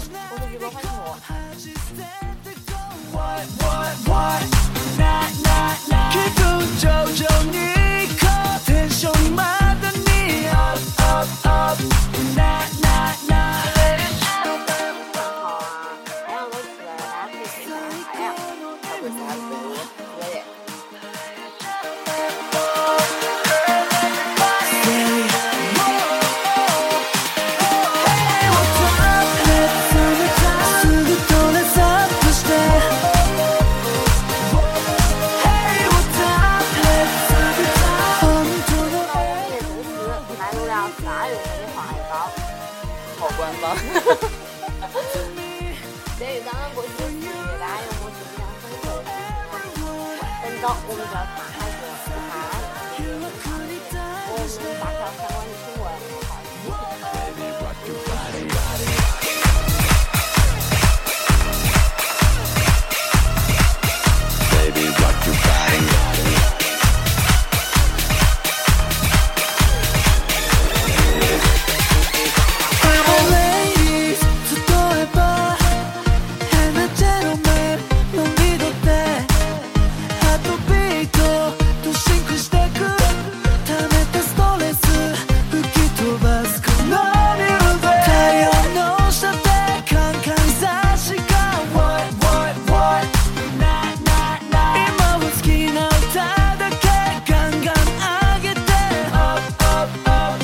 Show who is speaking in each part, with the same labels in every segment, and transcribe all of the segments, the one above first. Speaker 1: 直播欢迎我。好啊，哎呀，我起来了，大家可以回想啥呀？还不起来不如也得。但是与此同时，男流量反而有谁的访还高？好官方。所以刚刚国庆给大家用国庆非常丰富的心情啊，登高，我们主要谈还是不谈，我们打赏相关的新闻，好。
Speaker 2: Baby, rock your body.
Speaker 3: 今を好きな歌だけガンガン上げて Up up up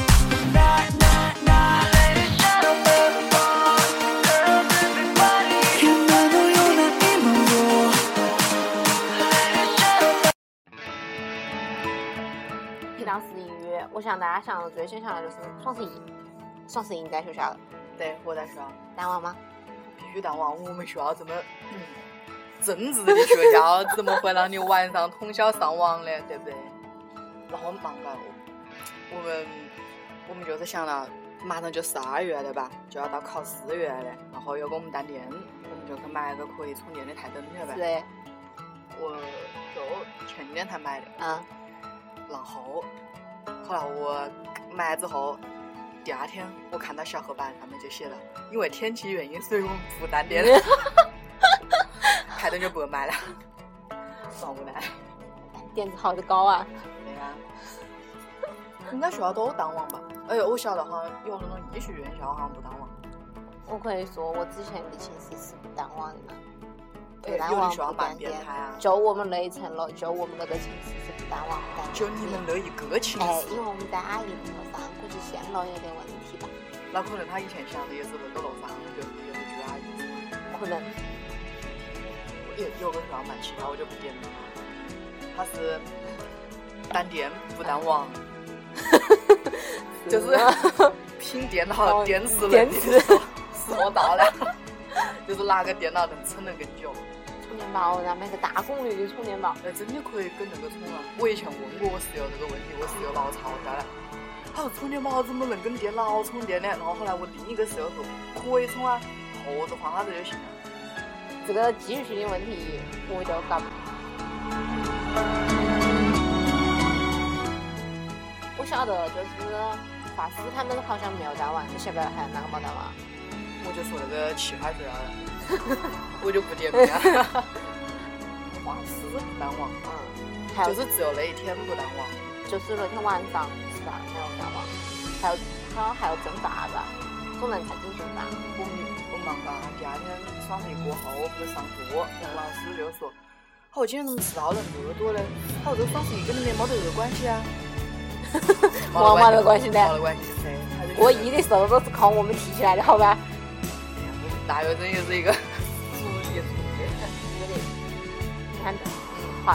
Speaker 3: Na na na Let it shine Girl everybody 夢のような今を
Speaker 1: 一档私隐约，我想大家上昨天宣传的就是双十一，双十一你在说啥了？
Speaker 4: 对，我在说，
Speaker 1: 难忘吗？
Speaker 4: 必须当晚我们学校怎么，嗯，正直的学校怎么会让你晚上通宵上网嘞？对不对？然后忙吧，我我们我们就是想了，马上就十二月了吧，就要到考试月了，然后又给我们单电，我们就去买一个可以充电的台灯了呗。
Speaker 1: 对，
Speaker 4: 我就前年才买的，
Speaker 1: 嗯，
Speaker 4: 然后后来我买了之后，第二天我看到小黑板上面就写了，因为天气原因，所以我们不单点 了，台灯就不买了，爽无奈。
Speaker 1: 电子耗的高啊。
Speaker 4: 对呀、应该学校都当网吧？哎呦，我晓得好像有那种艺术院校好像不当网，
Speaker 1: 我可以说，我之前的寝室是不单网的嘛，
Speaker 4: 对
Speaker 1: 单
Speaker 4: 有的
Speaker 1: 网
Speaker 4: 学校
Speaker 1: 不单
Speaker 4: 蛮变
Speaker 1: 电
Speaker 4: 态啊，
Speaker 1: 只有我们那一层楼，只有我们那个寝室是不单网不单电。
Speaker 4: 就你们那一个寝
Speaker 1: 哎，因为
Speaker 4: 室，
Speaker 1: 我们在阿姨的楼上，估计线路有点问题吧，
Speaker 4: 那可能他以前想的也是那个楼上的就是有的住阿姨，
Speaker 1: 可能
Speaker 4: 有有个学校蛮奇葩，我就不点名了，他是单电不当网。就是 拼电脑电池
Speaker 1: 电
Speaker 4: 能力
Speaker 1: 池
Speaker 4: 使用到了， 就是哪个电脑能撑得更久？
Speaker 1: 充电宝，然后买个大功率的充电宝，
Speaker 4: 哎，真的可以跟那个充啊！我以前问过我室友这个问题，我室友把我吵架了。他说充电宝怎么能跟电脑充电呢？然后后来我另一个室友说可以充啊，盒子放那子就行了。
Speaker 1: 这个技术性的问题我就搞不懂。我晓得，就是华师他们好像没有单网，你晓不晓得还有哪个没单网？
Speaker 4: 我就说那个奇葩 学校了，啊我就不点名了。哇，是不难忘，
Speaker 1: 嗯，还有
Speaker 4: 就是只有那一天不难忘。
Speaker 1: 就是那天晚上是吧？还有干嘛？还有好像还有正大吧，中南财经正大。
Speaker 4: 我们我们刚刚啊第二天双十一过后，我们上课，老师就说：“好，今天怎么迟到了那么多嘞？他说这双十一跟你们没得有关系 啊。”
Speaker 1: 我没得关系的
Speaker 4: 没得关系噻。他就觉得哎
Speaker 1: 国一的时候都是靠我们提起来的，好吧？
Speaker 4: 大学生也是一个 注意注
Speaker 1: 有点，你看，华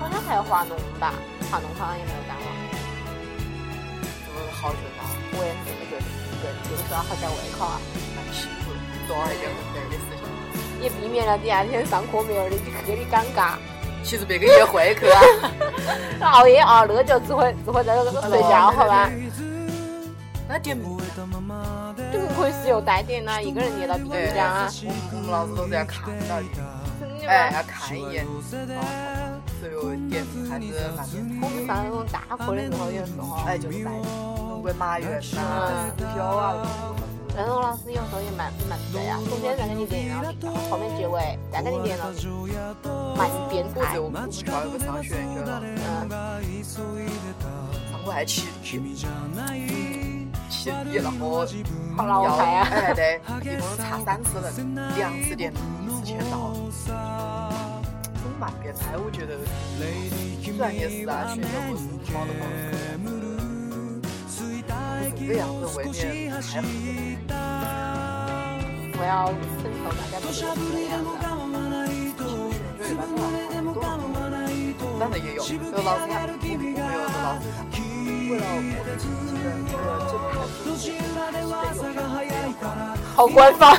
Speaker 1: 好像还有华农吧？华农好像也没有单网。
Speaker 4: 意，就是好啊学生，
Speaker 1: 我也是那个对，这个时候好像我也考啊，
Speaker 4: 蛮辛苦的，做了一件很累的事情。
Speaker 1: 也避免了第二天上课没有人去课的尴尬。
Speaker 4: 其实别个也会去啊，
Speaker 1: 熬夜熬那就只会只会在那个睡觉，好吧？
Speaker 4: 那点名
Speaker 1: 这个可以是有带点呐，一个人捏到鼻
Speaker 4: 对
Speaker 1: 子上啊，
Speaker 4: 我们我们老师都是要看到的，
Speaker 1: 真的
Speaker 4: 哎，
Speaker 1: 吗？
Speaker 4: 要看一眼，哦，所以我点名还是蛮
Speaker 1: 我们
Speaker 4: 变态的。
Speaker 1: 上那种大课的时候，有时候。嗯
Speaker 4: 哎，就是白，为马原呐、股票啊，
Speaker 1: 陈龙老师有时候也蛮蛮对啊，中间再给你点一道题，然后后面结尾再给你点一道题，蛮变
Speaker 4: 我
Speaker 1: 态
Speaker 4: 在。我们学校有个上学你晓得伐？
Speaker 1: 嗯，
Speaker 4: 上过还去去去地，然后
Speaker 1: 好老
Speaker 4: 要
Speaker 1: 派啊！
Speaker 4: 哎 对，一共差三次人，两次点名，一次签到，真蛮变态。我觉得专业是啊，选择我是猫的猫的。这个样子未免太狠了。
Speaker 1: 我要伸手大家都是这样的。
Speaker 4: 就一般都蛮多但是也有，有老师他们我们有的老师他为了我们自己的这个这个孩子，还是得有这个。
Speaker 1: 好官方，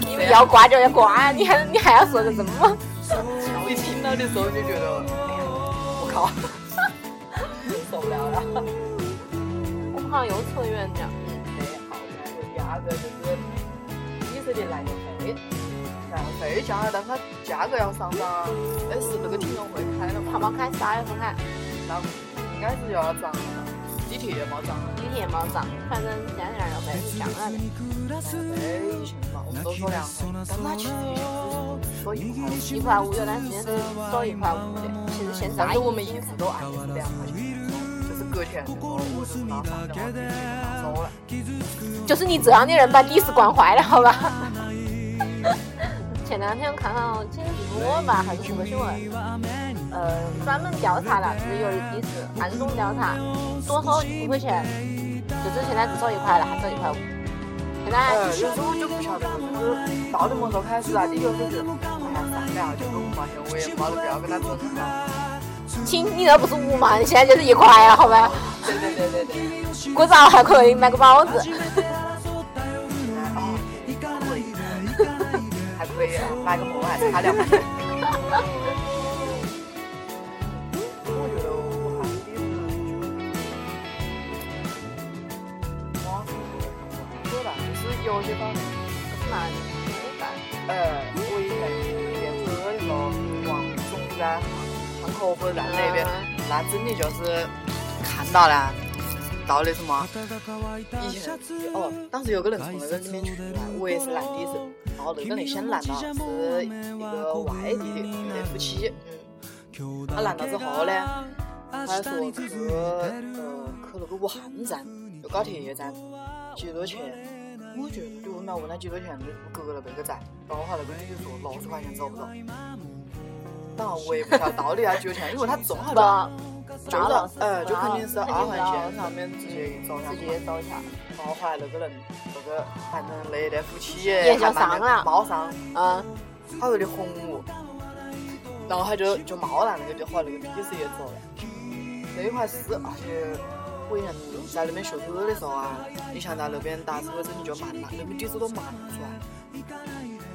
Speaker 1: 你们要挂就要挂，你还你还要说个什么？
Speaker 4: 我一听到的时候就觉得，哎呀，我靠，受不了了。
Speaker 1: 我们好像又扯远了。
Speaker 4: 嗯，对，好，然后第二个就是以色列燃油费，燃油费加了，但它价格要上涨，但是那个听证会开了
Speaker 1: 他
Speaker 4: 嘛，
Speaker 1: 们开啥月份开？
Speaker 4: 那应该是要涨了，地铁也没涨了。
Speaker 1: 今天没涨，反正现在燃油费是降了的。
Speaker 4: 哎，以前嘛，我们都说两块，但它其实也就是说一块
Speaker 1: 一
Speaker 4: 五，
Speaker 1: 块五有段时间是收一块五的，其实现在
Speaker 4: 但是我们一直都按的是两块钱，就是隔天我我就是拿上两块钱走了。
Speaker 1: 就是你这样的人把历史惯坏了，好吧？前两天我看到，今天是我吧，还是什么新闻？呃，专门调查了，就是有一次暗中调查，多收五块钱，就是现在只收一块了，还收一块五。现在
Speaker 4: 呃，有时候就不晓得，就是到什么时候开始啊？你有时候觉得，哎呀，算了呀，就是五毛钱，我也没得必要跟他争了。
Speaker 1: 亲，你那不是五毛，你现在就是一块啊，好吧？
Speaker 4: 对对对对对。
Speaker 1: 过早还可以买个包子，
Speaker 4: 哦，还可以啊，买个馍还差两块钱。我觉得我还是我说了，就是有些方面。
Speaker 1: 那没办法
Speaker 4: 呃，我以前练车的时候，往中山、汉口或者在那边，那真的就是看到了，到那什么，以前哦，当时有个人从那个里面出来，我也是南地人，然后那个人先拦到是一个外地的一对夫妻，嗯，他拦到之后呢，他说去呃去那个武汉站，有高铁站，几多钱？我觉得就问他问他几多钱，我哥哥那边个站，然后他那个女的说六十块钱走不走？当然我也不晓得到底啊几多钱，因为他正好
Speaker 1: 不
Speaker 4: 就
Speaker 1: 吧？
Speaker 4: 就
Speaker 1: 拿
Speaker 4: 是
Speaker 1: 老师
Speaker 4: 呃，就肯定是
Speaker 1: 拿
Speaker 4: 二
Speaker 1: 老师
Speaker 4: 环线上面直接走上
Speaker 1: 自
Speaker 4: 去
Speaker 1: 己。收一下。
Speaker 4: 然后后来那个人，那个反正那一对夫妻
Speaker 1: 也就
Speaker 4: 还蛮
Speaker 1: 上了
Speaker 4: 没上，
Speaker 1: 嗯，
Speaker 4: 他有点哄我，然后他就就冒然那个就后来那个的士也走了。那一块是，而且我以前在那边学车的时候啊，你想在那边打车真的就慢了，那边的士都慢出来。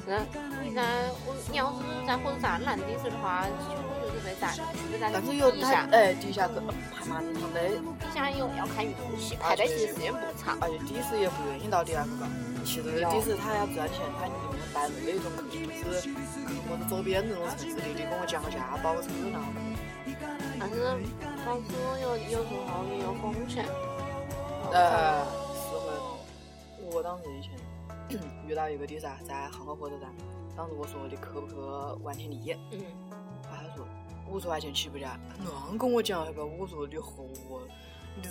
Speaker 1: 是。那我你要是在火车站拦的士的话，其实我觉得被站被站
Speaker 4: 但是有
Speaker 1: 地
Speaker 4: 他
Speaker 1: 下，
Speaker 4: 哎，地下个还蛮长的，
Speaker 1: 地下有要看运气，排队啊其实时间不长。
Speaker 4: 而且的士也不愿意到地下去搞。其实的士他要赚钱，他宁愿在那种肯定是我是周边那种城市里，你跟我讲个价，包个车拿。
Speaker 1: 但是公司有有时候也有风险。
Speaker 4: 呃，是会。我当时以前 遇到一个的士啊，在汉口火车站，当时我说你去不去万天里，
Speaker 1: 嗯，
Speaker 4: 然后他说五十块钱起步价，硬跟我讲一个，我说你哄我，你这。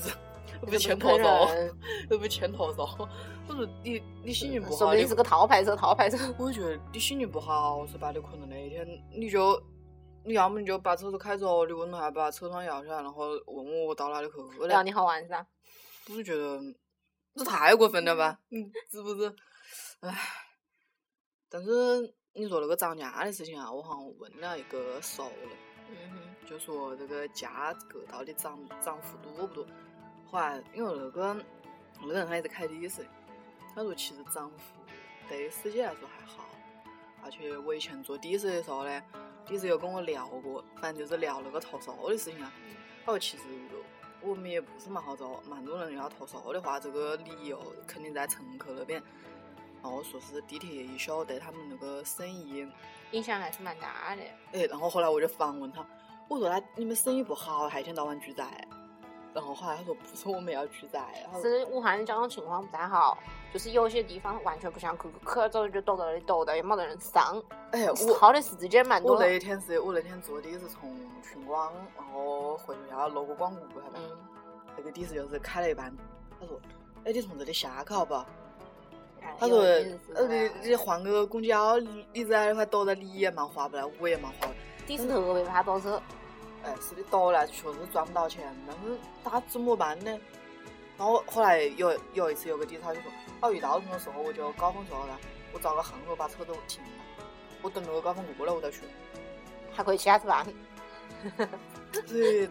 Speaker 4: 这不是牵头走， 这不是牵头走。我说你你心情不
Speaker 1: 说
Speaker 4: 好，
Speaker 1: 不
Speaker 4: 你
Speaker 1: 定是个套牌车，套牌车。
Speaker 4: 我就觉得你心情不好是吧？你可能那一天你就，你要么你就把车子开走，你问他把车窗摇下来，然后问我我到哪里去去
Speaker 1: 聊
Speaker 4: 了。
Speaker 1: 啊你好玩是吧？
Speaker 4: 我就觉得这太过分了吧？嗯，是不是？唉，但是你说那个涨价的事情啊，我好像问了一个熟人，
Speaker 1: 嗯哼，
Speaker 4: 就说这个价格到底涨涨幅多不多？后来因为那个那个人他也是开的士，他说其实涨幅对世界来说还好，而且我以前做的士的时候呢，的士有跟我聊过，反正就是聊那个投诉的事情啊。他说其实我们也不是蛮好找，蛮多人要投诉的话，这个理由肯定在乘客那边。然后说是地铁一修对他们那个生意，
Speaker 1: 影响还是蛮大的。
Speaker 4: 哎，然后后来我就反问他，我说他你们生意不好，还一天到晚拒载，然后后来他说不是我们要拒载，他说
Speaker 1: 是武汉的交通情况不太好，就是有些地方完全不像 QQ，走就堵到那里堵的，也没得人上。
Speaker 4: 哎我
Speaker 1: 好的是这些蛮
Speaker 4: 我
Speaker 1: 多的
Speaker 4: 那。一天是我那天坐的是从群光，然后回学校路过光谷，晓得吧？
Speaker 1: 嗯，
Speaker 4: 那个的士就是开了一半，他说：“哎，你从这里下去好不好？”
Speaker 1: 哎
Speaker 4: 他说：“呃，你你换个公交，你你在那块堵着，你也蛮划不来，我也蛮划不来。
Speaker 1: 的士特别怕倒车，
Speaker 4: 哎，是的，倒了，确实赚不到钱，但是他怎么办呢？然后后来有有一次有个的士他就说，哦，遇到这种时候我就高峰时候呢，我找个巷口把车都停了，我等那个高峰过了我再去。
Speaker 1: 还可以去他吃饭。
Speaker 4: 对，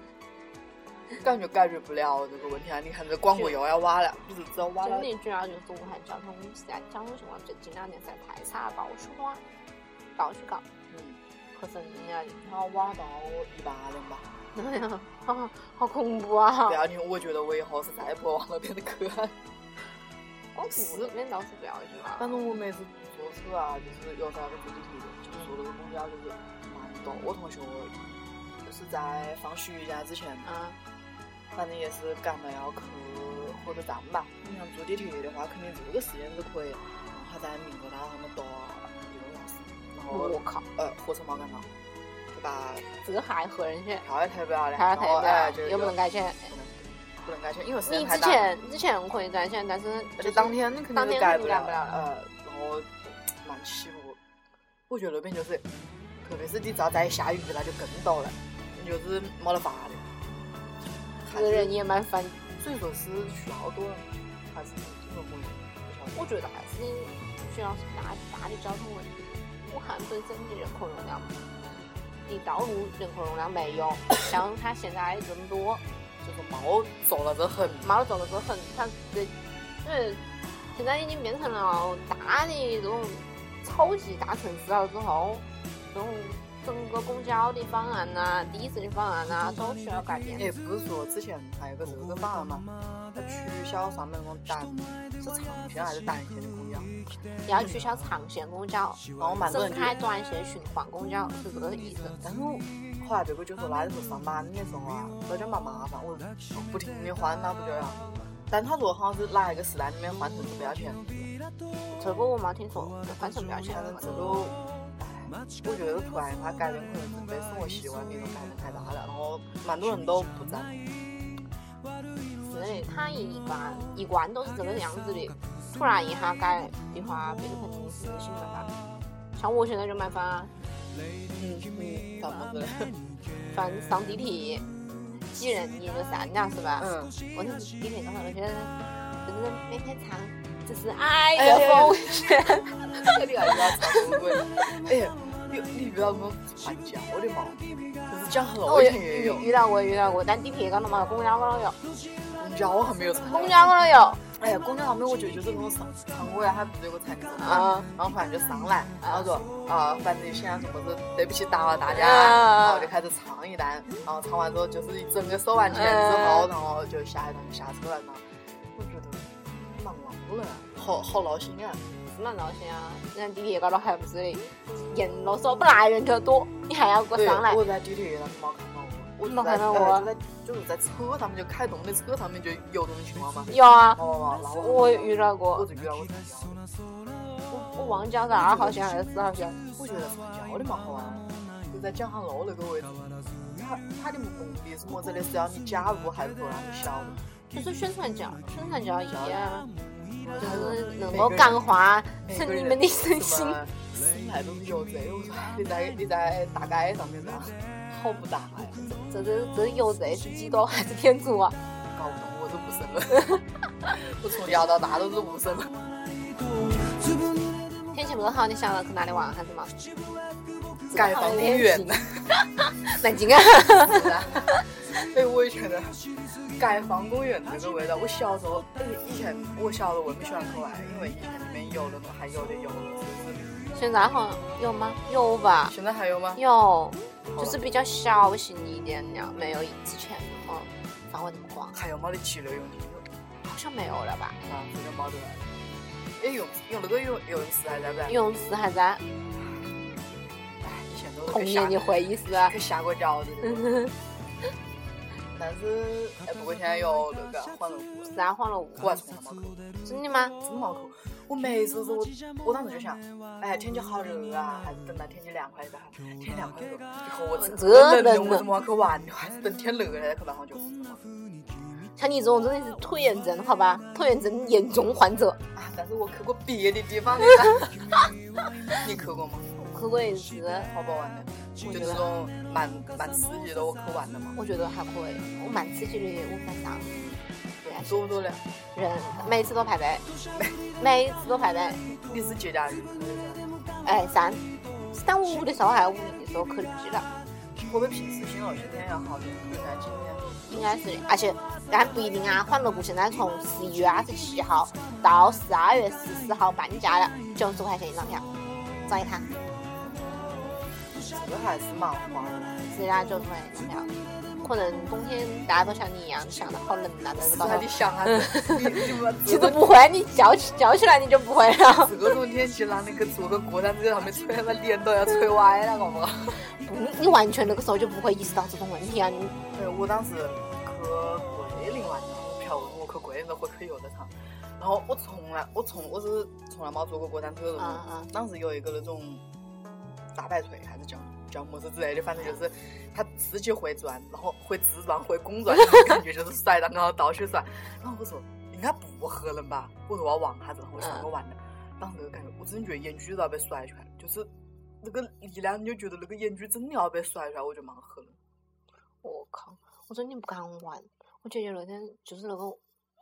Speaker 4: 感觉解决不了这个问题啊！你看这光谷又要挖了，不是只要挖
Speaker 1: 真
Speaker 4: 了，
Speaker 1: 的主要就是武汉交通实在交通情况最近两年实在太差了，到处挖，到处搞，
Speaker 4: 嗯，
Speaker 1: 可啊真的，
Speaker 4: 他挖到一八零吧。
Speaker 1: 哎呀， 好好恐怖啊
Speaker 4: 不！要紧，我觉得我以后是再也不会往那边去了。
Speaker 1: 我是边倒是不要去
Speaker 4: 反
Speaker 1: 嘛。
Speaker 4: 正我每次坐车啊，就是有时候坐地铁，就是坐那个公交，就是蛮多。我同学就是在放暑假之前，
Speaker 1: 啊，
Speaker 4: 反正也是赶到要去火车站吧。你想坐地铁的话，肯定这个时间是可以。然后他在民国大道上面倒一个小时，然
Speaker 1: 我
Speaker 4: 后
Speaker 1: 靠，
Speaker 4: 呃火车没赶到，就把
Speaker 1: 这个还吓人些，
Speaker 4: 票也退不了了，
Speaker 1: 还要
Speaker 4: 然
Speaker 1: 太
Speaker 4: 后哎就
Speaker 1: 又不能改签。
Speaker 4: 不能不能改签，因为时间
Speaker 1: 你
Speaker 4: 太
Speaker 1: 之
Speaker 4: 大。
Speaker 1: 前之前可以改签，但是
Speaker 4: 而
Speaker 1: 就
Speaker 4: 且
Speaker 1: 是
Speaker 4: 当天你肯定
Speaker 1: 当
Speaker 4: 就
Speaker 1: 天
Speaker 4: 改
Speaker 1: 肯定改
Speaker 4: 了，
Speaker 1: 不了嗯
Speaker 4: 呃，然后蛮起步。我觉得那边就是，特别是你只要再下雨，那就更倒了，你就是没得法的。还
Speaker 1: 这个人
Speaker 4: 是
Speaker 1: 也蛮烦。
Speaker 4: 所以说是需要多人，还是这个问题，不
Speaker 1: 我
Speaker 4: 晓
Speaker 1: 觉
Speaker 4: 得。
Speaker 1: 得还是主要是大大的交通问题。武汉本身的人口容量，的道路人口容量没有像它现在人多，
Speaker 4: 就是猫做了这很，
Speaker 1: 猫走了之后很，它的因为现在已经变成了大的这种超级大城市了之后，这种整个公交的方案呐、的士的方案呐、都需要改变。
Speaker 4: 也不是说之前还有个这个方案嘛，它取消上面那种单，是长线还是单线的公交？
Speaker 1: 要取消长线公交，
Speaker 4: 然后蛮多
Speaker 1: 分
Speaker 4: 人就
Speaker 1: 开短线循环公交，是这个意思。
Speaker 4: 但是我后来别个就说那就是上班的时候啊，那就蛮麻烦，我不停的换那不就要？但他说好像是哪一个时代里面换乘是不要钱，
Speaker 1: 这个我没听说，换乘不要钱
Speaker 4: 反正这个，哎，我觉得突然他改变可能是对生活习惯的一种改变太大了，然后蛮多人都不赞。
Speaker 1: 是的，它一般一贯都是这个样子的，突然一下改的话，别人肯定是心烦烦。像我现在就蛮烦啊，
Speaker 4: 嗯嗯，怎么子嘞？
Speaker 1: 烦上地铁，挤人你就散了是吧？
Speaker 4: 嗯，
Speaker 1: 我是地铁上那些人，就是每天唱，就是爱
Speaker 4: 哎呀
Speaker 1: 的风雪。
Speaker 4: 那你还是要常规。哎，你你遇到那种传教啊的吗？就是讲很多
Speaker 1: 我
Speaker 4: 以
Speaker 1: 也
Speaker 4: 前哦也
Speaker 1: 遇
Speaker 4: 有，嗯
Speaker 1: 遇到过，遇到过，但地铁高头没有，公交高头有，
Speaker 4: 公交我还没有参加
Speaker 1: 公交高头有。
Speaker 4: 哎呀，公交上面我觉得就是那种上上过呀，它不是有个餐厅
Speaker 1: 啊
Speaker 4: 啊，然后反正就上来，然后说啊，反正现在什么是对不起打扰大家，
Speaker 1: 啊
Speaker 4: 然后就开始唱一段，然后唱完之后就是一整个收完钱之后，
Speaker 1: 嗯
Speaker 4: 然后就下一段就下车了嘛。我觉得蛮忙了，好好闹心啊！
Speaker 1: 是蛮闹心啊！人家地铁高头还不是的，人啰嗦，本来人就多，你还要给我
Speaker 4: 对，
Speaker 1: 上来，
Speaker 4: 我在地铁上没看到我，我就
Speaker 1: 没看
Speaker 4: 在
Speaker 1: 到
Speaker 4: 呃
Speaker 1: 我哎
Speaker 4: 就在就是在车上面就开动的车上面就有这种情况嘛。
Speaker 1: 有啊，
Speaker 4: 哦，那
Speaker 1: 我遇到过
Speaker 4: 我只遇到过传销，
Speaker 1: 我我忘记了是二号线还是四号线，
Speaker 4: 我觉得传销的蛮好玩的，就在江汉楼那个位置。它它的目的是么子呢？是要你加入还是说让你消入？
Speaker 1: 就是宣传教，宣传教一样，就是能够感化
Speaker 4: 每个
Speaker 1: 是
Speaker 4: 人
Speaker 1: 你们的身
Speaker 4: 什
Speaker 1: 心，
Speaker 4: 么生来都是有罪。我说你在你在大街上面啊，好不大哎呀，
Speaker 1: 这这这有谁是基督还是天主啊？
Speaker 4: 搞不懂我是无神论， 我从小到大都是无神 论。
Speaker 1: 天气不是好，你想要去哪里玩还是嘛？
Speaker 4: 解放公园。
Speaker 1: 南京啊，
Speaker 4: 哎，我也觉得解放公园这个味道，我小时候，哎，以前我小时候我也不喜欢去玩，因为以前里面有那种还有的游乐设
Speaker 1: 现在好像有吗？有吧
Speaker 4: 施，，现在还有吗？
Speaker 1: 有，就是比较小型一点的，没有之前那么范围那么广，
Speaker 4: 还有没得激流勇地？
Speaker 1: 好像没有了吧？
Speaker 4: 啊，这个没得了。哎，用用那个游游泳池还在不在？
Speaker 1: 游泳池还在，
Speaker 4: 哎，以前都
Speaker 1: 童
Speaker 4: 是去下
Speaker 1: 啊年的回忆是吧？
Speaker 4: 去下过饺子的。但是哎，不过现在要那个欢乐谷了，
Speaker 1: 然欢乐谷，
Speaker 4: 我还是从来没去过。
Speaker 1: 真的吗？
Speaker 4: 真毛口。我每次是我，我当时就想，哎，天气好热啊，还是等到天气凉快一点。天气凉快一点，以后我
Speaker 1: 热
Speaker 4: 真的我
Speaker 1: 冷
Speaker 4: 怎么去玩呢？还是等天热了再去办好就。啊，
Speaker 1: 像你这种真的是拖延症，好吧？拖延症严重患者。
Speaker 4: 啊但是我去过别的地方的， 你去过吗？
Speaker 1: 去过一次，
Speaker 4: 好不好玩的？就
Speaker 1: 我觉
Speaker 4: 那
Speaker 1: 得
Speaker 4: 种蛮蛮刺激的，我去玩的嘛。
Speaker 1: 我觉得还可以，我蛮刺激的，我反正
Speaker 4: 多不多嘞？
Speaker 1: 人每次都排 队，每次都排队。
Speaker 4: 你是节假日？
Speaker 1: 哎，三，三五五的时候还是五一的时候去不去了，
Speaker 4: 我们平时新老今天要好点，应该今天
Speaker 1: 应该是，而且咱不一定啊。欢乐谷现在从十一月啊二十七号到十二月十四号半价了，九十块钱一张票，找一看，
Speaker 4: 这个还是蛮花的。
Speaker 1: 是啊，九十块钱一张票。可能冬天大家都像你一样想的好冷啊，但是
Speaker 4: 是
Speaker 1: 到
Speaker 4: 啊，
Speaker 1: 时
Speaker 4: 你
Speaker 1: 候
Speaker 4: 想啊， 你你们
Speaker 1: 其实不会，你叫起叫起来你就不会了。
Speaker 4: 这个种天气，让那个做个锅，但是他们吹把脸都要吹歪了，好不好？
Speaker 1: 不你你完全那个时候就不会意识到这种问题啊，你
Speaker 4: 对，我当时去桂林玩的，我飘，我去桂林都会去游乐场，然后我从来我从我是从来没坐过过山车的，
Speaker 1: 啊啊
Speaker 4: 当时有一个那种大摆锤还是叫叫么子之类的，反正就是它自己会转，然后会自转会公转，感觉就是甩蛋糕到处甩。然后我说应该不可能吧，我说我要玩下子，然后我上去玩的。当时感觉我真的觉得眼珠都要被甩出来了，就是那个力量，你就觉得那个眼珠真的要被甩出来，我觉得蛮吓人。
Speaker 1: 我靠，我真的不敢玩。我姐姐那天就是那个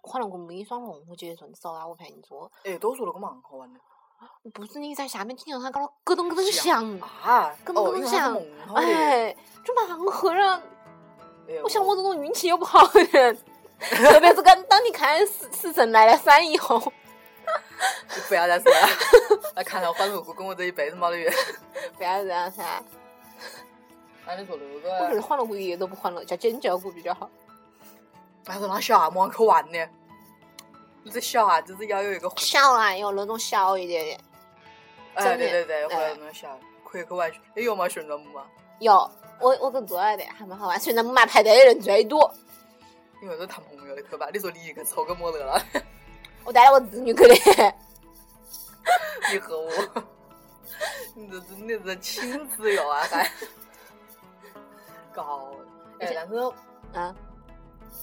Speaker 1: 欢乐谷木一双龙，我姐姐顺手啊，我陪你坐。
Speaker 4: 哎，都说那个蛮好玩的
Speaker 1: 不是你在下面听到它搞到咯噔咯噔响，
Speaker 4: 啊，
Speaker 1: 根本
Speaker 4: 哦，
Speaker 1: 不
Speaker 4: 因为它是
Speaker 1: 想
Speaker 4: 蒙好的。
Speaker 1: 哎，就蛮合了。
Speaker 4: 哎
Speaker 1: 我想我这种运气又不好的人，特别是跟当你看死死神来了三以后，
Speaker 4: 就不要再说了， 那看来欢乐谷跟我这一辈子没得缘。
Speaker 1: 不要这样噻。
Speaker 4: 那你说那
Speaker 1: 我觉得
Speaker 4: 个，
Speaker 1: 欢乐谷一点都不欢乐，叫尖叫谷比较好。
Speaker 4: 那说那小孩们去玩呢？你这小孩啊就是要有一个，
Speaker 1: 小啊，有那种小一点的，
Speaker 4: 哎，
Speaker 1: 真的
Speaker 4: 对对对，
Speaker 1: 哎
Speaker 4: 会有那种小孩可以去玩。哎，有没旋转木马？
Speaker 1: 有我我跟做来的还蛮好玩，虽然木马排队的人最多。
Speaker 4: 因为是谈朋友的去吧？你说你一个凑个么得了？
Speaker 1: 我带了我侄女去的。
Speaker 4: 你和我， 你这真的是亲子游啊，还搞。哎，但是
Speaker 1: 嗯，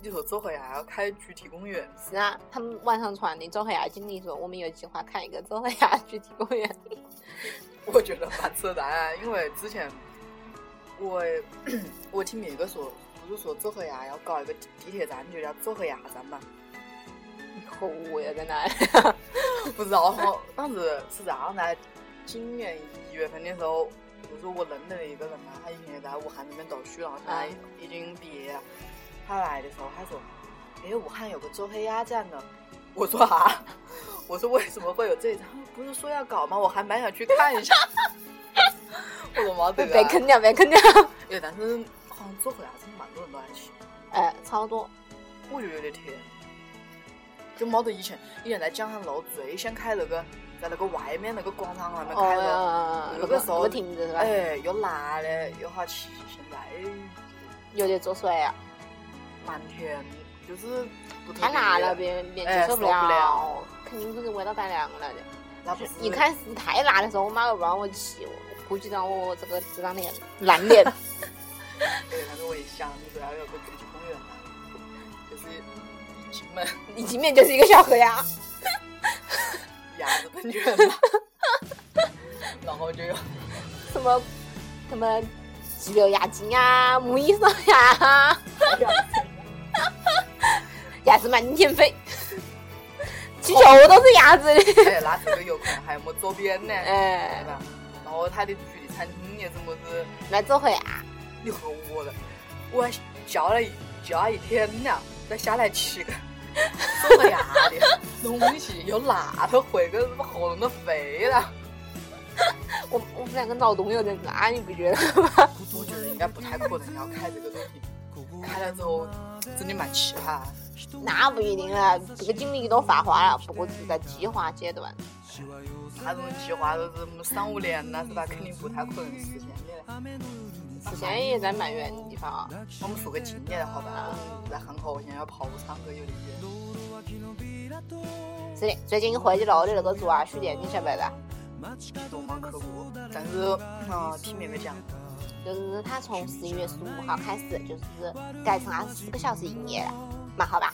Speaker 4: 你说这回还要开主题公园，
Speaker 1: 是啊，他们晚上传的周黑鸭经理说，我们有计划开一个周黑鸭主题公园。
Speaker 4: 我觉得蛮扯淡啊，因为之前我 我听别个说，不是说周黑鸭要搞一个地地铁站，就叫周黑鸭站嘛，
Speaker 1: 可恶呀，在那里。
Speaker 4: 不知道哈。当时是这样的，今年一月份的时候，就是我认得的一个人啊嘛，他以前在武汉那边读书，然后现在
Speaker 1: 嗯
Speaker 4: 已经毕业了。他来的时候，他说：“哎，武汉有个周黑鸭站呢。”我说啊， 我说为什么会有这一站？不是说要搞吗？我还蛮想去看一下。 我说毛得
Speaker 1: 别
Speaker 4: 啊！
Speaker 1: 坑掉，别坑掉。
Speaker 4: 哎，但是好像做回来真的蛮多人都爱吃，
Speaker 1: 哎，超多。
Speaker 4: 我就有点甜。就没得以前，以前在江汉路最先开那个，在那个外面那个广场上面
Speaker 1: 哦
Speaker 4: 开的，
Speaker 1: 呀，
Speaker 4: 有
Speaker 1: 那
Speaker 4: 个
Speaker 1: 个
Speaker 4: 时候
Speaker 1: 那个亭子是吧？
Speaker 4: 哎，又辣的又好吃，现在
Speaker 1: 有点作祟啊，
Speaker 4: 蛮甜，就是不
Speaker 1: 太辣了，
Speaker 4: 呗。
Speaker 1: 别人别
Speaker 4: 哎
Speaker 1: 人接受不
Speaker 4: 受不了
Speaker 1: 了，肯定不是味道改良了的。
Speaker 4: 那不是
Speaker 1: 一开始太辣的时候，我妈又不让我吃，我估计让我这个这张脸烂脸。
Speaker 4: 对，但是我一想，你说要有个主题公园嘛，就是一进门
Speaker 1: 你前面就是一个小黑鸭，
Speaker 4: 鸭子喷泉嘛， 然后就有
Speaker 1: 什么什么鸡柳鸭筋啊，母一烧鸭。
Speaker 4: 哎
Speaker 1: 鸭子满天飞，气球都是鸭子的。
Speaker 4: 哎，那这个有可能还没周边呢。对
Speaker 1: 哎，
Speaker 4: 吧？然后他的具体餐厅也是么子，
Speaker 1: 来这回啊，
Speaker 4: 你和我了，我还叫了一叫了一天呢，再下来吃个什么呀 的东西，又辣头回个什么喉咙都肥了。
Speaker 1: 我我们两个脑洞有点大，你不觉得？
Speaker 4: 我觉得应该不太可能要开这个东西，开了之后真的蛮奇葩。
Speaker 1: 啊那不一定了，这个经历都发话了，不过只是在计划阶段。
Speaker 4: 啥种计划都是么商务联呐，是吧？肯定不太可能实现的。
Speaker 1: 之前也在蛮远的地方啊，
Speaker 4: 我们说个近点的好吧？在汉口，现在要跑长歌有点远。
Speaker 1: 是的，最近回去了的那个做啊，书店，你晓不晓得？
Speaker 4: 东方客户，但是啊、听妹妹讲，
Speaker 1: 就是他从十一月十五号开始，就是改成二十四个小时营业了，蛮好吧？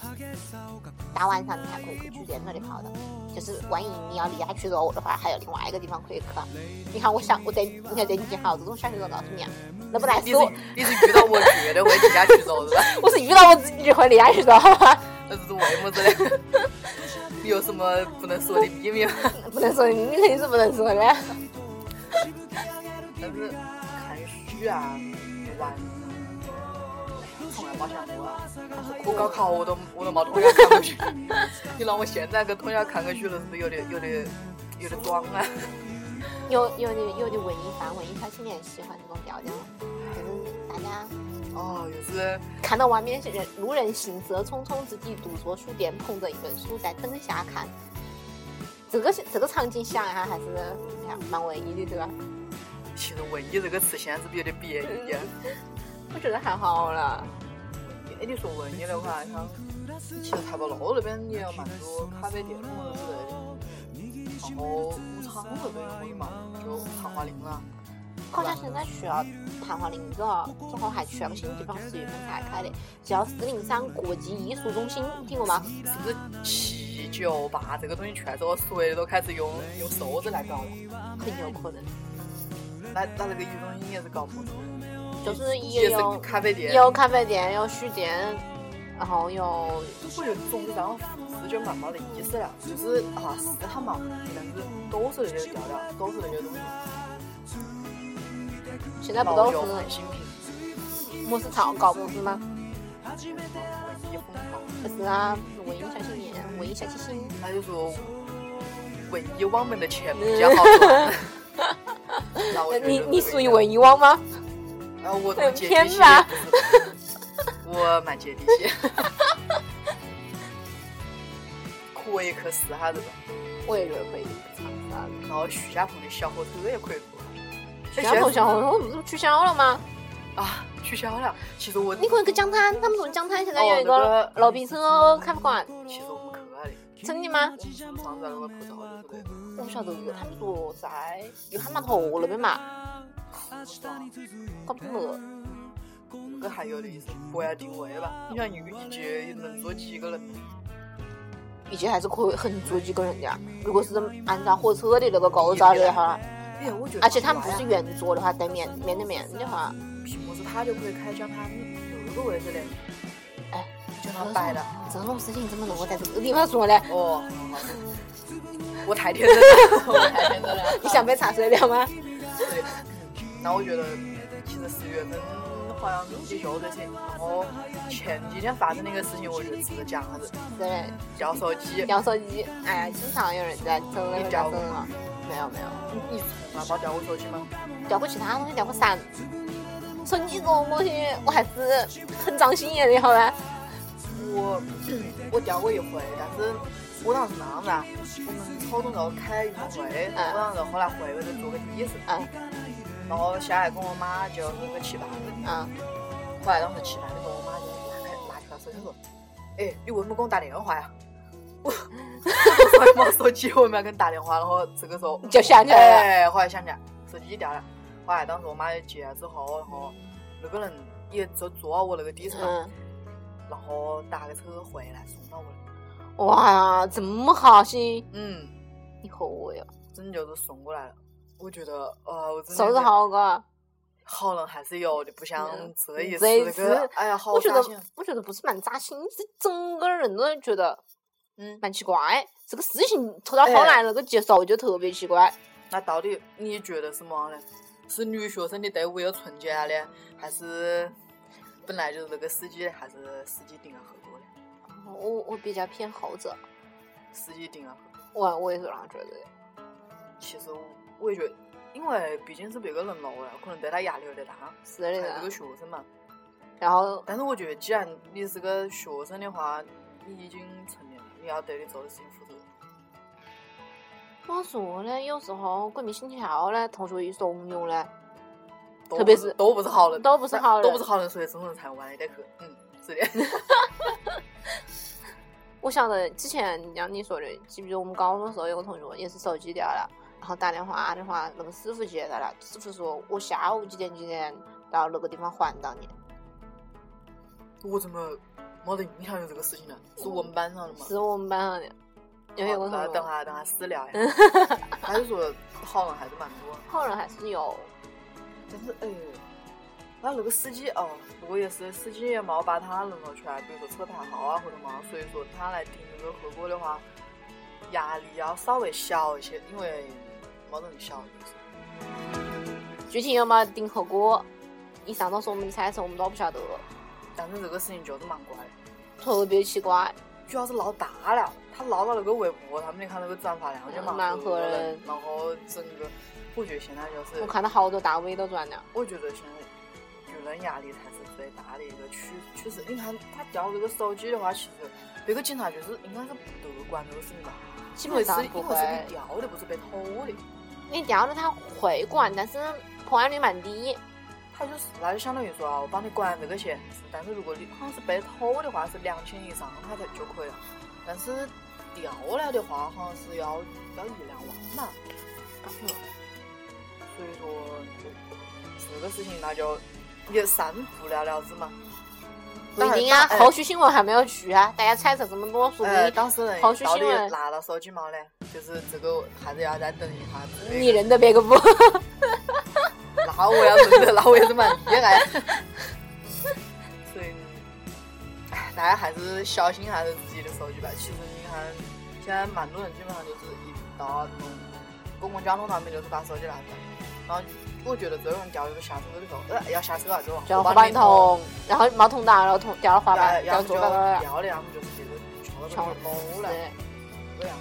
Speaker 1: 大晚上你还可以去酒店那里跑的，就是万一你要离家去走的话，还有另外一个地方可以去啊。你看我想我在你看在你讲好这种小学生告诉你啊，那不来
Speaker 4: 你
Speaker 1: 是
Speaker 4: 是
Speaker 1: 我，
Speaker 4: 你是遇到我绝对会离家去走的，
Speaker 1: 我是遇到我自己就会离家去走，好吧？
Speaker 4: 那是为么子嘞？你有什么不能说的秘密吗？
Speaker 1: 不能说你肯定是不能说的。
Speaker 4: 但是看书啊，玩，从来没想过啊。我高考我都我都没通宵看过书， 你让我现在跟通宵看个书，是不是有点有点有点装啊？
Speaker 1: 有有的有的文艺范文艺小青年喜欢这种调调，就是大家
Speaker 4: 哦，就是
Speaker 1: 看到外面是人路人行色匆匆之际，独坐书店，捧着一本书在灯下看。这个是这个场景想一下还是哎呀蛮文艺的，对吧？
Speaker 4: 其实文艺这个词现在是不是有点贬义啊？
Speaker 1: 我觉得还好啦。
Speaker 4: 哎，你说文艺的话，像其实台北路那边也有蛮多咖啡店或者之类的，然后武昌那边也可以嘛，就昙华林啊。
Speaker 1: 好像现在需要昙华林这个之后还去了个新地方，十月份才开的，叫四零三国际艺术中心，听过吗？
Speaker 4: 是不是七九八这个东西全是我所有的都开始用用手指来搞了？
Speaker 1: 很有可能，
Speaker 4: 那那这个一中心也是搞不错，
Speaker 1: 就是也
Speaker 4: 也是
Speaker 1: 有
Speaker 4: 咖啡店。
Speaker 1: 有咖啡店，有书店，然后有
Speaker 4: 我觉得总的上是就蛮没得意思了，就是啊是它蛮无但是都是那些调料，都是那些东西，
Speaker 1: 现在不
Speaker 4: 老
Speaker 1: 都
Speaker 4: 酒换
Speaker 1: 是
Speaker 4: 新品，
Speaker 1: 莫是草搞模式吗？
Speaker 4: 文艺风潮。
Speaker 1: 不是啊，文艺小青年，文艺小清新。
Speaker 4: 他就说文艺网们的钱比较好 赚。那我觉得
Speaker 1: 嗯呃你你
Speaker 4: 不
Speaker 1: 属于
Speaker 4: 一样
Speaker 1: 文艺汪吗？
Speaker 4: 啊，我
Speaker 1: 很
Speaker 4: 接
Speaker 1: 偏
Speaker 4: 地气
Speaker 1: 吧，
Speaker 4: 我蛮接地 气。可以去试下子吧，
Speaker 1: 我也觉得可以尝试啊。
Speaker 4: 然后徐家棚的小火车也可以做。
Speaker 1: 徐家口小红我不是取消了吗？
Speaker 4: 啊，取消了。其实我
Speaker 1: 你可以去江滩，他们说江滩现在
Speaker 4: 哦
Speaker 1: 有一个
Speaker 4: 那个
Speaker 1: 老哦皮车咖啡馆，
Speaker 4: 其实我们去了的，
Speaker 1: 真的吗？
Speaker 4: 我们上次在那个葡萄之类的，
Speaker 1: 我不晓得，他们说在有汉码头那边嘛，
Speaker 4: 我操
Speaker 1: 搞不懂了。
Speaker 4: 这个还有点意思。不要定位吧，你想一个一节能坐几个人？
Speaker 1: 以前还是可以很坐几个人的呀，如果是按照火车的那个构造的话，
Speaker 4: 哎，我觉得
Speaker 1: 而且他们不是圆桌的话，对面面对面的话，
Speaker 4: 屏幕是他就可以开箱他有一个位置嘞，
Speaker 1: 哎，
Speaker 4: 就那摆的。
Speaker 1: 这种事情怎么啊能够在这个地方说呢？
Speaker 4: 哦，好好我太天 真了，我太天真了。
Speaker 1: 你想被查水表吗？
Speaker 4: 对，那我觉得其实十月份好像也就这些。然后前几天发生那个事情，我觉得值得讲下子。
Speaker 1: 对。
Speaker 4: 掉手机，
Speaker 1: 掉手机，哎呀，经常有人在争那个
Speaker 4: 你掉
Speaker 1: 掉
Speaker 4: 过
Speaker 1: 针啊。没有没有，
Speaker 4: 你从来没掉过手机吗？
Speaker 1: 掉过其他东西，掉过伞。手机这种东西，我还是很长心眼的，好吧？
Speaker 4: 我我掉过一回，但是我当时那样子啊，我们初中时候开运动会，我当时后来回来就做个第一次，
Speaker 1: 嗯
Speaker 4: 然后下来跟我妈就是个吃饭。
Speaker 1: 嗯，
Speaker 4: 后来当时吃饭的时候，我妈就拿开拿起来手机说：“哎，你为什么给我打电话呀？” 我我说没手机，为什么要跟你打电话？然后这个时候
Speaker 1: 就想起来了。
Speaker 4: 哎，后来想起来手机掉了。后来当时我妈就接了之后，然后那个人也就坐到我那个地上，
Speaker 1: 嗯，
Speaker 4: 然后打个车回来送到我那。
Speaker 1: 哇，这么好心，
Speaker 4: 嗯，
Speaker 1: 你和我哟，
Speaker 4: 真就是送过来了。我觉得，呃，我真的
Speaker 1: 收拾
Speaker 4: 觉得
Speaker 1: 好个。
Speaker 4: 好人还是有的，不像
Speaker 1: 嗯
Speaker 4: 这一次
Speaker 1: 这一
Speaker 4: 那
Speaker 1: 次
Speaker 4: 个，哎呀，好
Speaker 1: 我觉
Speaker 4: 伤
Speaker 1: 得
Speaker 4: 心。，
Speaker 1: 我觉得不是蛮扎心，是整个人都觉得
Speaker 4: 嗯，
Speaker 1: 蛮奇怪。这个事情拖到后来那个结束就特别奇怪。
Speaker 4: 那到底你觉得是么呢？是女学生的队伍又纯洁了呢，还是本来就是那个司机，还是司机顶了后头呢？
Speaker 1: 我我比较偏后者，
Speaker 4: 司机顶了后头。
Speaker 1: 我我也是那样觉得的。
Speaker 4: 其实我我也觉得，因为毕竟是别个人弄了，可能对他压力有点大，
Speaker 1: 是的
Speaker 4: 还
Speaker 1: 呀
Speaker 4: 是个学生嘛。
Speaker 1: 然后
Speaker 4: 但是我觉得，既然你是个学生的话，你已经成年了，你要对你做的事情负责。
Speaker 1: 放暑假呢，有时候鬼迷心窍呢，同学一怂恿呢，
Speaker 4: 都
Speaker 1: 特别
Speaker 4: 不
Speaker 1: 是
Speaker 4: 都不是好人，
Speaker 1: 都不是好人
Speaker 4: 都不是好人，所以真的才玩了得去。嗯，是的，
Speaker 1: 我晓得之前像你说的，记不记得我们高中的时候有个同学也是手机掉了，然后打电话的话，那个师傅接他了，师傅说我下午几点几点到那个地方还到你，
Speaker 4: 我怎么没得印象有这个事情呢？是我们班上的吗？
Speaker 1: 是我们班上的，因为有个
Speaker 4: 嗯好
Speaker 1: 同
Speaker 4: 等
Speaker 1: 学
Speaker 4: 下等下私聊呀。还是说好人还是蛮多，
Speaker 1: 后人还是有，
Speaker 4: 但是哎，那那个司机哦，不过也是司机也没把他弄了出来，比如说车牌号啊或者嘛，所以说他来听那个合歌的话，压力要稍微小一些，因为没得人晓得。
Speaker 1: 具体有没有订合过，以上都是我们的猜测，我们都不晓得，
Speaker 4: 但是这个事情就是蛮怪的。
Speaker 1: 特别奇怪，
Speaker 4: 主要是闹大了，他闹到那个微博，他们你看那个转发量就
Speaker 1: 蛮
Speaker 4: 多
Speaker 1: 吓
Speaker 4: 的
Speaker 1: 人，
Speaker 4: 然后整个，我觉得现在就是
Speaker 1: 我，看到好多大 V 都转了，
Speaker 4: 我觉得现在舆论压力才是最大的一个趋趋势。你看他掉这个手机的话，其实别个警察局是应该是不得管这个事情吧？
Speaker 1: 基
Speaker 4: 因为
Speaker 1: 本
Speaker 4: 是
Speaker 1: 上不
Speaker 4: 因为是
Speaker 1: 会
Speaker 4: 被，掉的，不是被偷的。
Speaker 1: 你掉了他会管，但是破案率蛮低。
Speaker 4: 他就是，那就相当于说啊，我帮你管这个钱，但是如果你好像是被偷的话，是两千以上他才就可以了。但是掉了的话，好像是要要一两万吧。所以说，就这个事情那就也散不了了之嘛。
Speaker 1: 不一定啊，
Speaker 4: 但是
Speaker 1: 后续新闻还没有出啊，大家猜测这么多，说不
Speaker 4: 呃，
Speaker 1: 定
Speaker 4: 当事人
Speaker 1: 后
Speaker 4: 到
Speaker 1: 续新
Speaker 4: 底
Speaker 1: 闻
Speaker 4: 拿到手机没呢？就是这个还是要再等一下之
Speaker 1: 你
Speaker 4: 类的。
Speaker 1: 认得别个不？
Speaker 4: 那我要认得，那我也是蛮厉害。所以，唉大家还是小心还是自己的手机吧。其实你看，现在蛮多人基本上就是一到那种公共交通上面就是把手机拿出来。然后我觉得最容易掉就是下车的时候，呃，要下车 了就往
Speaker 1: 就
Speaker 4: 后
Speaker 1: 花
Speaker 4: 半
Speaker 1: 板
Speaker 4: 头。
Speaker 1: 桶，然后没桶到，然后桶掉了滑板，掉
Speaker 4: 要么就
Speaker 1: 桌了，
Speaker 4: 要的，要么就是这个全部
Speaker 1: 全
Speaker 4: 都
Speaker 1: 是
Speaker 4: 没了，对呀。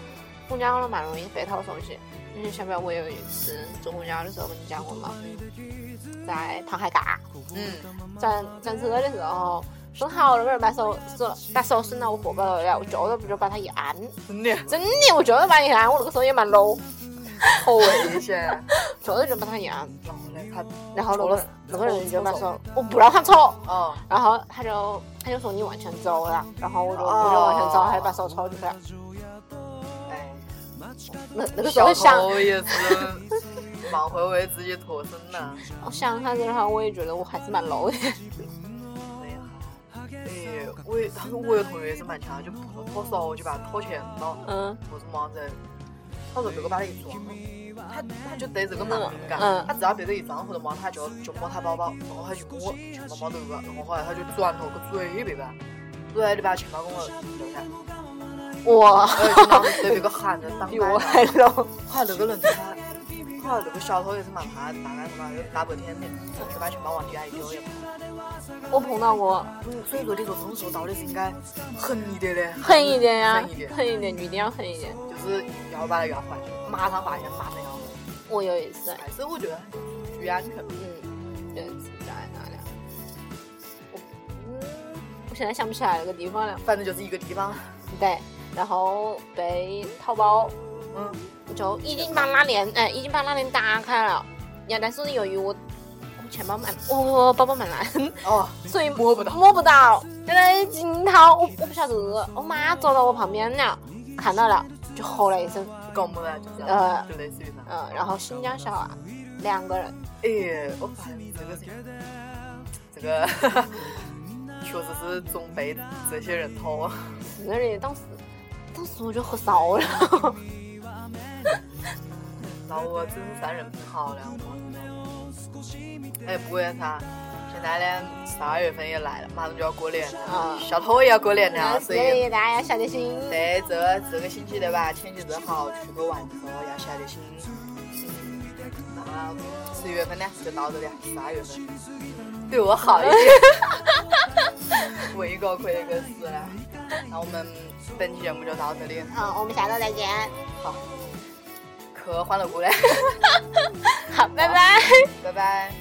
Speaker 1: 公交了蛮容易被偷手机。你想不想我有一次坐公交的时候跟你讲过嘛，在螃海嘎
Speaker 4: 嗯，
Speaker 1: 转转车的时候，正好那个人把手手把手伸到我荷包头了，我觉得不就把他一按，
Speaker 4: 真的
Speaker 1: 真的，我觉得把他一按，我那个时候也蛮 low，
Speaker 4: 好危 险。
Speaker 1: 觉得就把他一按，
Speaker 4: 然后呢，他
Speaker 1: 然后那
Speaker 4: 戳
Speaker 1: 个
Speaker 4: 了
Speaker 1: 那个人就把
Speaker 4: 戳
Speaker 1: 手，我不让他抽。
Speaker 4: 哦，
Speaker 1: 然后他就他就说你往前走了，然后我就、
Speaker 4: 哦
Speaker 1: 我就往前走，他就把手抽出来。
Speaker 4: 哎，
Speaker 1: 那那个时候
Speaker 4: 小
Speaker 1: 想，
Speaker 4: 偷也是蛮会为自己脱身呐。
Speaker 1: 我想他这的话，我也觉得我还是蛮 low 的。
Speaker 4: 哎呀，哎，我也，但是我有同学也是蛮强的，就不脱手就把脱钱了，
Speaker 1: 嗯，
Speaker 4: 我是妈子。他说别个把他一撞，他他就对这个蛮敏感，
Speaker 1: 嗯
Speaker 4: 他只要别个一撞或者摸他就就摸他包包，然后他就摸，全部摸这个，然后后来他就转头去追别个，追你把钱包给我留 下。
Speaker 1: 我
Speaker 4: 哎，就当时对别个喊着 当
Speaker 1: 嗯比
Speaker 4: 我
Speaker 1: 我还 low。
Speaker 4: 快那个人他，快那个小偷也是蛮怕，大概他妈有大白天的，就把钱包往地下一丢也怕。
Speaker 1: 我碰到过
Speaker 4: 嗯，所以说你说这种时候到底是应该狠一点嘞，
Speaker 1: 狠一点呀、
Speaker 4: 狠一点，
Speaker 1: 狠一点，一定要狠一点。
Speaker 4: 就是要把那个还钱，马上还钱，马上要。
Speaker 1: 我有一次，
Speaker 4: 还是我觉得注意安全。
Speaker 1: 嗯，有一次在哪里啊？我嗯，我现在想不起来那个地方了。
Speaker 4: 反正就是一个地方，
Speaker 1: 对，然后被淘宝
Speaker 4: 嗯，
Speaker 1: 就已经把拉链，哎，已经把拉链打开了。呀，但是由于我我钱包蛮，我我包包蛮烂，
Speaker 4: 哦，
Speaker 1: 所以
Speaker 4: 摸不到
Speaker 1: 摸不到。原来惊涛，我我不晓得，我妈走到我旁边了，看到了就吼了一声，
Speaker 4: 搞么了，就是，
Speaker 1: 呃
Speaker 4: 就类似于啥。
Speaker 1: 嗯、然后新疆小啊，两个人，
Speaker 4: 哎，我发现这个是，这个 确实是总被这些人偷啊。
Speaker 1: 四个人，当时当时我就喝烧了，
Speaker 4: 然后我真是三人挺好了，我。哎，不过啥，现在呢，十二月份也来了，马上就要过年了
Speaker 1: 啊，
Speaker 4: 小偷也要过年了，啊所
Speaker 1: 所以
Speaker 4: 以
Speaker 1: 大家要小点心。
Speaker 4: 对这个这个星期对吧，天气正好，出去玩的时候要小点心。那十一月份呢，就到这里，十二月份对我好一点，我一个亏一个死了。那我们本期节目就到这里，
Speaker 1: 好，我们下周再见，
Speaker 4: 好，可欢乐谷嘞，
Speaker 1: 好，拜拜。
Speaker 4: 拜拜。
Speaker 3: oh,